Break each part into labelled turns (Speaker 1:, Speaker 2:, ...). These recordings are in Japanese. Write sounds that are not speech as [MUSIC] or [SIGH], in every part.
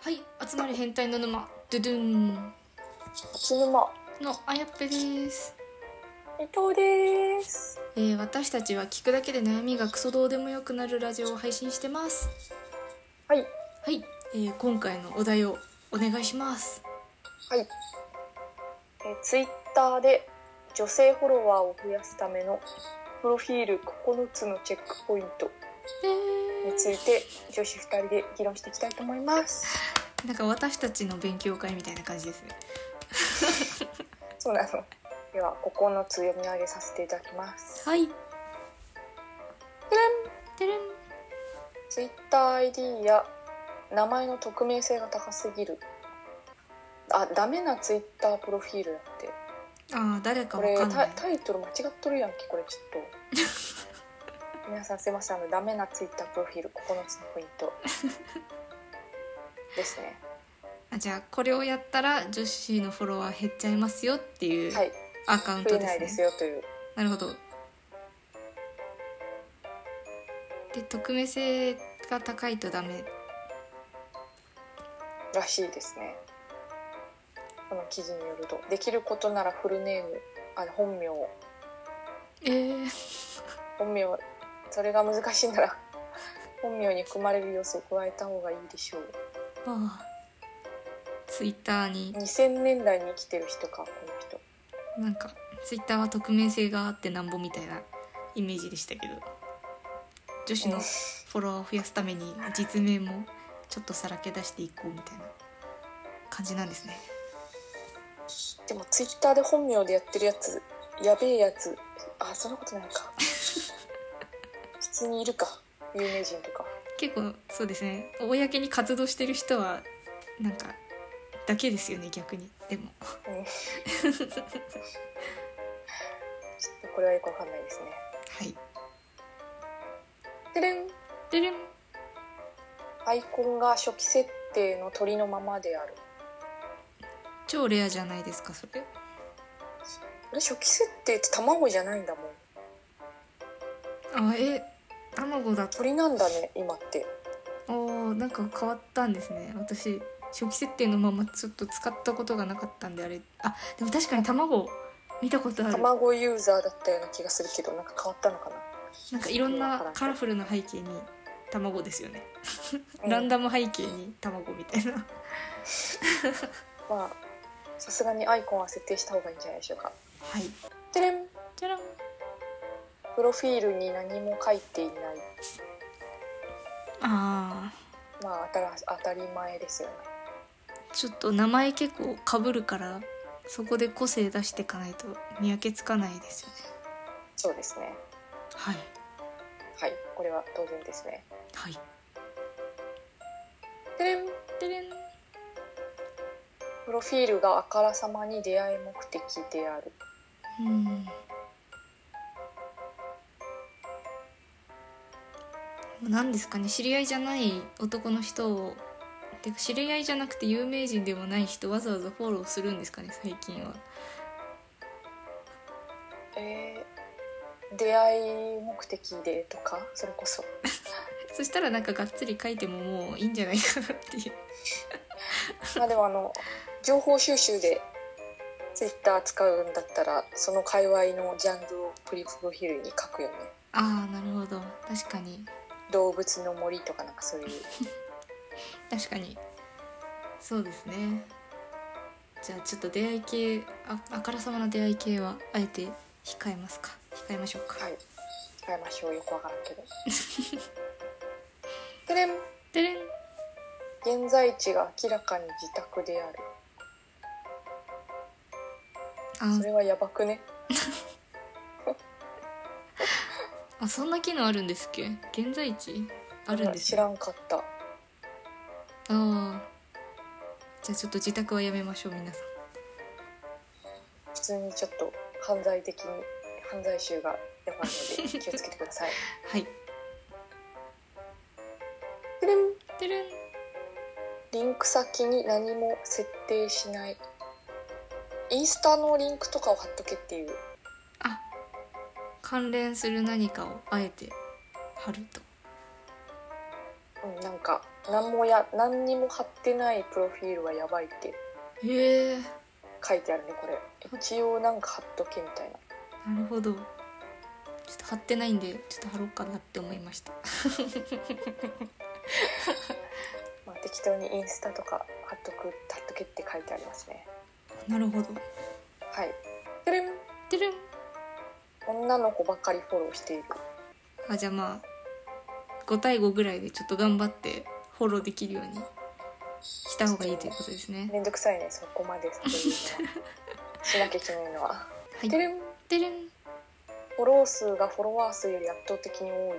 Speaker 1: はい集まり変態の沼ドゥドゥン
Speaker 2: すぬま
Speaker 1: のあやっぺです、
Speaker 2: 伊藤です
Speaker 1: えー私たちは聞くだけで悩みがクソどうでもよくなるラジオを配信してます
Speaker 2: はいは
Speaker 1: はい、えー今回のお題をお願いします
Speaker 2: いえツイッター Twitter で女性フォロワーを増やすためのプロフィール9つのチェックポイントについて女子2人で議論していきたいと思います
Speaker 1: なんか私たちの勉強会みたいな感じですね
Speaker 2: そうなのでは9つ読み上げさせていただきます
Speaker 1: はいてれん
Speaker 2: ツイッター ID や名前の匿名性が高すぎるあダメなツイッタープロフィールだって
Speaker 1: あー誰か
Speaker 2: こ
Speaker 1: わ
Speaker 2: れ
Speaker 1: かんな
Speaker 2: タ
Speaker 1: い
Speaker 2: タイトル間違っとるやんけこれちょっと [LAUGHS] 皆さんすいませんあのダメなツイッタープロフィール9つのポイントですね
Speaker 1: あじゃあこれをやったら女子のフォロワー減っちゃいますよっていう
Speaker 2: はい
Speaker 1: アカウン
Speaker 2: 増
Speaker 1: ト
Speaker 2: え
Speaker 1: で
Speaker 2: な
Speaker 1: す
Speaker 2: い
Speaker 1: ね
Speaker 2: ですよという
Speaker 1: なるほど。で匿名性が高いとダメ。
Speaker 2: らしいですねこの記事によるとできることならフルネームあの本名
Speaker 1: ええ
Speaker 2: 本名それが難しいなら本名に含まれる要素を加えた方がいいでしょう
Speaker 1: ああ。ツイッターに
Speaker 2: 2000年代に生きてる人かこの人
Speaker 1: なんかツイッターは匿名性があってなんぼみたいなイメージでしたけど、女子の
Speaker 2: うん
Speaker 1: フォロワーを増やすために実名もちょっとさらけ出していこうみたいな感じなんですね。
Speaker 2: でもツイッターで本名でやってるやつやべえやつあそんなことないか [LAUGHS] 普通にいるか有名人とか
Speaker 1: 結構そうですね。公に活動してる人はなんかだけですよね逆にでも。
Speaker 2: ちょっとこれはよくわかんないですね
Speaker 1: はい。
Speaker 2: でれん
Speaker 1: でれん
Speaker 2: アイコンが初期設定の鳥のままである
Speaker 1: 超レアじゃないですかそれ
Speaker 2: これ初期設定って卵じゃないんだもん
Speaker 1: あえ卵だと
Speaker 2: 鳥なんだね今って
Speaker 1: あーなんか変わったんですね私初期設定のままちょっと使ったことがなかったんであれあでも確かに卵見たことある
Speaker 2: 卵ユーザーだったような気がするけどなんか変わったのかな
Speaker 1: なんかいろん
Speaker 2: わから
Speaker 1: なん
Speaker 2: けど
Speaker 1: カラフルな背景に卵ですよね、
Speaker 2: うん
Speaker 1: ランダム背景に卵みたいな
Speaker 2: まあさすがにアイコンは設定した方がいいんじゃないでしょうか
Speaker 1: はい
Speaker 2: でれん
Speaker 1: じゃらん
Speaker 2: プロフィールに何も書いていない
Speaker 1: あ
Speaker 2: まあ当たら当たり前ですよね
Speaker 1: ーちょっと名前結構かぶるからそこで個性出していかないと見分けつかないですよね
Speaker 2: そうですね
Speaker 1: はい
Speaker 2: はいこれは当然ですね
Speaker 1: はい
Speaker 2: てれん
Speaker 1: でれん
Speaker 2: プロフィールがあからさまに出会い目的である
Speaker 1: うん何ですかね知り合いじゃない男の人をてか知り合いじゃなくて有名人でもない人わざわざフォローするんですかね最近は
Speaker 2: えー、出会い目的でとかそれこそ
Speaker 1: そしたらなんかがっつり書いてももういいんじゃないかなっていう
Speaker 2: まあでもあの情報収集でツイッター使うんだったらその界隈のジャンルをプリプロフィールに書くよね
Speaker 1: ああなるほど確かに
Speaker 2: 動物の森とかなんかそういう
Speaker 1: 確かにそうですねじゃあちょっと出会い系ああからさまな出会い系はあえて控えますか控えましょうか、
Speaker 2: はい使いましょうよくわからんけどてれん
Speaker 1: でれん
Speaker 2: 現在地が明らかに自宅である
Speaker 1: あー
Speaker 2: それはやばくね
Speaker 1: あそんな機能あるんですっけ現在地あるんです
Speaker 2: 知
Speaker 1: よ
Speaker 2: らんかった
Speaker 1: ああじゃあちょっと自宅はやめましょう皆さん
Speaker 2: 普通にちょっと犯罪的に犯罪集がやばいので気をつけてくださ
Speaker 1: [LAUGHS]
Speaker 2: い
Speaker 1: はい
Speaker 2: てれん
Speaker 1: てるん
Speaker 2: リンク先に何も設定しないインスタのリンクとかを貼っとけっていう
Speaker 1: あ関連する何かをあえて貼ると
Speaker 2: うんなんか何もや何にも貼ってないプロフィールはやばいって
Speaker 1: へえ
Speaker 2: 書いてあるねこれ一応なんか貼っとけみたいな
Speaker 1: なるほどちょっと貼ってないんでちょっと貼ろうかなって思いました
Speaker 2: まあ、適当にインスタとか貼っとく貼っとけって書いてありますね
Speaker 1: なるほど
Speaker 2: はいてれん
Speaker 1: てるん
Speaker 2: 女の子ばかりフォローしていく
Speaker 1: あじゃあまあ5対5ぐらいでちょっと頑張ってフォローできるようにした方がいいということですね
Speaker 2: めんどくさいねそこまでさせるのはしなきゃいけないのは
Speaker 1: はい
Speaker 2: てれん
Speaker 1: てるん
Speaker 2: フォロー数がフォロワー数より圧倒的に多い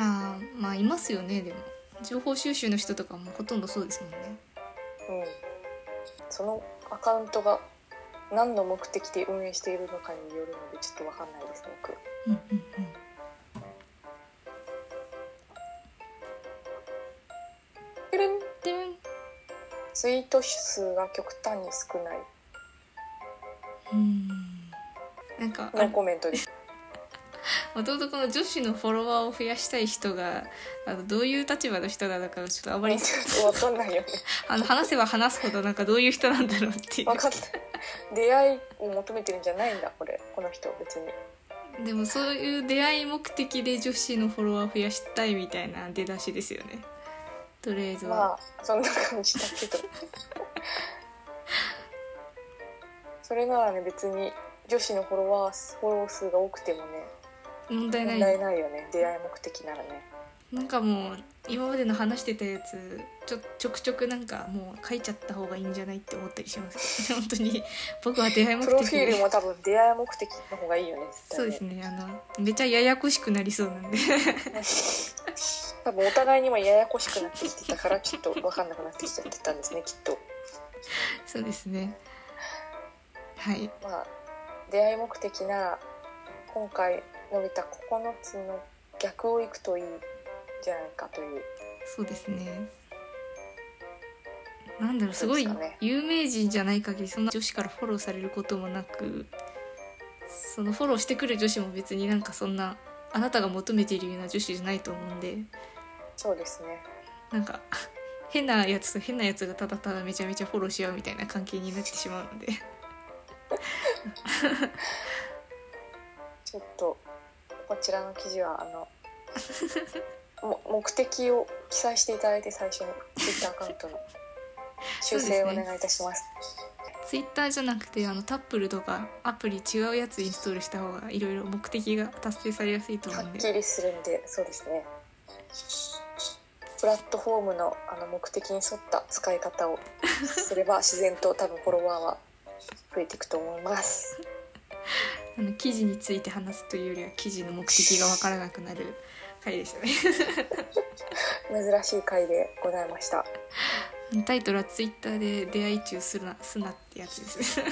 Speaker 1: あーまあいますよねでも情報収集の人とかもほとんどそうですもんね
Speaker 2: うんそのアカウントが何の目的で運営しているのかによるのでちょっとわかんないですね僕
Speaker 1: うんうんうん
Speaker 2: てれん
Speaker 1: てるん
Speaker 2: ツイート数が極端に少ない
Speaker 1: うんなんかあ
Speaker 2: のコメ
Speaker 1: [LAUGHS]
Speaker 2: ントです
Speaker 1: もともとこの女子のフォロワーを増やしたい人があのどういう立場の人なのかちょっとあまり
Speaker 2: ちょっとわかんないよね
Speaker 1: あの話せば話すほどなんかどういう人なんだろうってい
Speaker 2: わかんない [LAUGHS] 出会いを求めてるんじゃないんだこれこの人別に
Speaker 1: うでもそういう出会い目的で女子のフォロワーを増やしたいみたいな出だしですよねとりあえずは、
Speaker 2: まあそんな感じだけど [LAUGHS] それならね別に女子のフォロワー数フォロー数が多くてもね
Speaker 1: 問題な
Speaker 2: 問
Speaker 1: い
Speaker 2: 題ないよね出会い目的ならね
Speaker 1: なんかもう今までの話してたやつちょちょくちょくなんかもう書いちゃった方がいいんじゃないって思ったりします [LAUGHS] 本当に僕は出会い目
Speaker 2: プロ
Speaker 1: 的
Speaker 2: フィール
Speaker 1: で
Speaker 2: も多分出会い目的の方がいいよね絶
Speaker 1: そう
Speaker 2: 対
Speaker 1: ですねあのめちゃややこしくなりそうなんで [LAUGHS]
Speaker 2: 多分お互いにもややこしくなってきてたからちょっと分かんなくなってきちゃってたんですねきっと
Speaker 1: そうですねはい
Speaker 2: まあ出会い目的なら今回述べた9つの逆をいくといいんじゃないかという
Speaker 1: そうですねなんだろうすごい
Speaker 2: そうですかね
Speaker 1: 有名人じゃない限りそんな女子からフォローされることもなくそのフォローしてくる女子も別になんかそんなあなたが求めているような女子じゃないと思うんで
Speaker 2: そうですね
Speaker 1: なんか変なやつと変なやつがただただめちゃめちゃフォローし合うみたいな関係になってしまうので
Speaker 2: ちょっとこちらの記事はあの [LAUGHS] も目的を記載していただいて最初に Twitter アカウントの修正をお願いいたします。
Speaker 1: Twitter じゃなくてあのタップルとかアプリ違うやつインストールした方がいろいろ目的が達成されやすいと思
Speaker 2: は
Speaker 1: うん
Speaker 2: っ
Speaker 1: で
Speaker 2: きりするんでそうですね。プラットフォームのあの目的に沿った使い方をすれば自然と多分フォロワーは増えていくと思います。
Speaker 1: あの記事について話すというよりは記事の目的がわからなくなる回でしたね
Speaker 2: 珍しい回でございました。
Speaker 1: タイトルは Twitter で出会い中すなすなってやつですね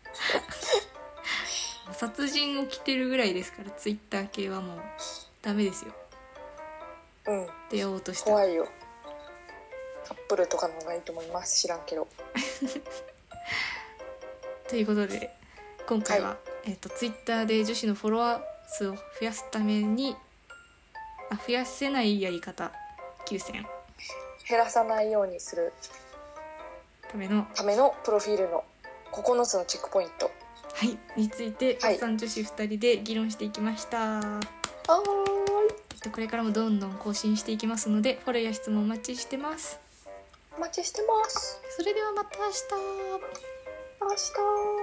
Speaker 2: [LAUGHS]
Speaker 1: 殺人を着てるぐらいですから Twitter 系はもうダメですよ
Speaker 2: うん
Speaker 1: 出会おうとしたら
Speaker 2: 怖いよ。カップルとかの方がいいと思います。知らんけど。
Speaker 1: ということで今回は、
Speaker 2: は
Speaker 1: えっとツイッターで女子のフォロワー数を増やすためにあ増やせないやり方9選
Speaker 2: 減らさないようにする
Speaker 1: ための、
Speaker 2: ためのプロフィールの9つのチェックポイント。
Speaker 1: はい、について、
Speaker 2: はい
Speaker 1: おっさん女子2人で議論していきました、
Speaker 2: は
Speaker 1: えっとこれからもどんどん更新していきますのでフォローや質問お待ちしてます
Speaker 2: ーい。お待ちしてます。
Speaker 1: それではまた明日
Speaker 2: 明日。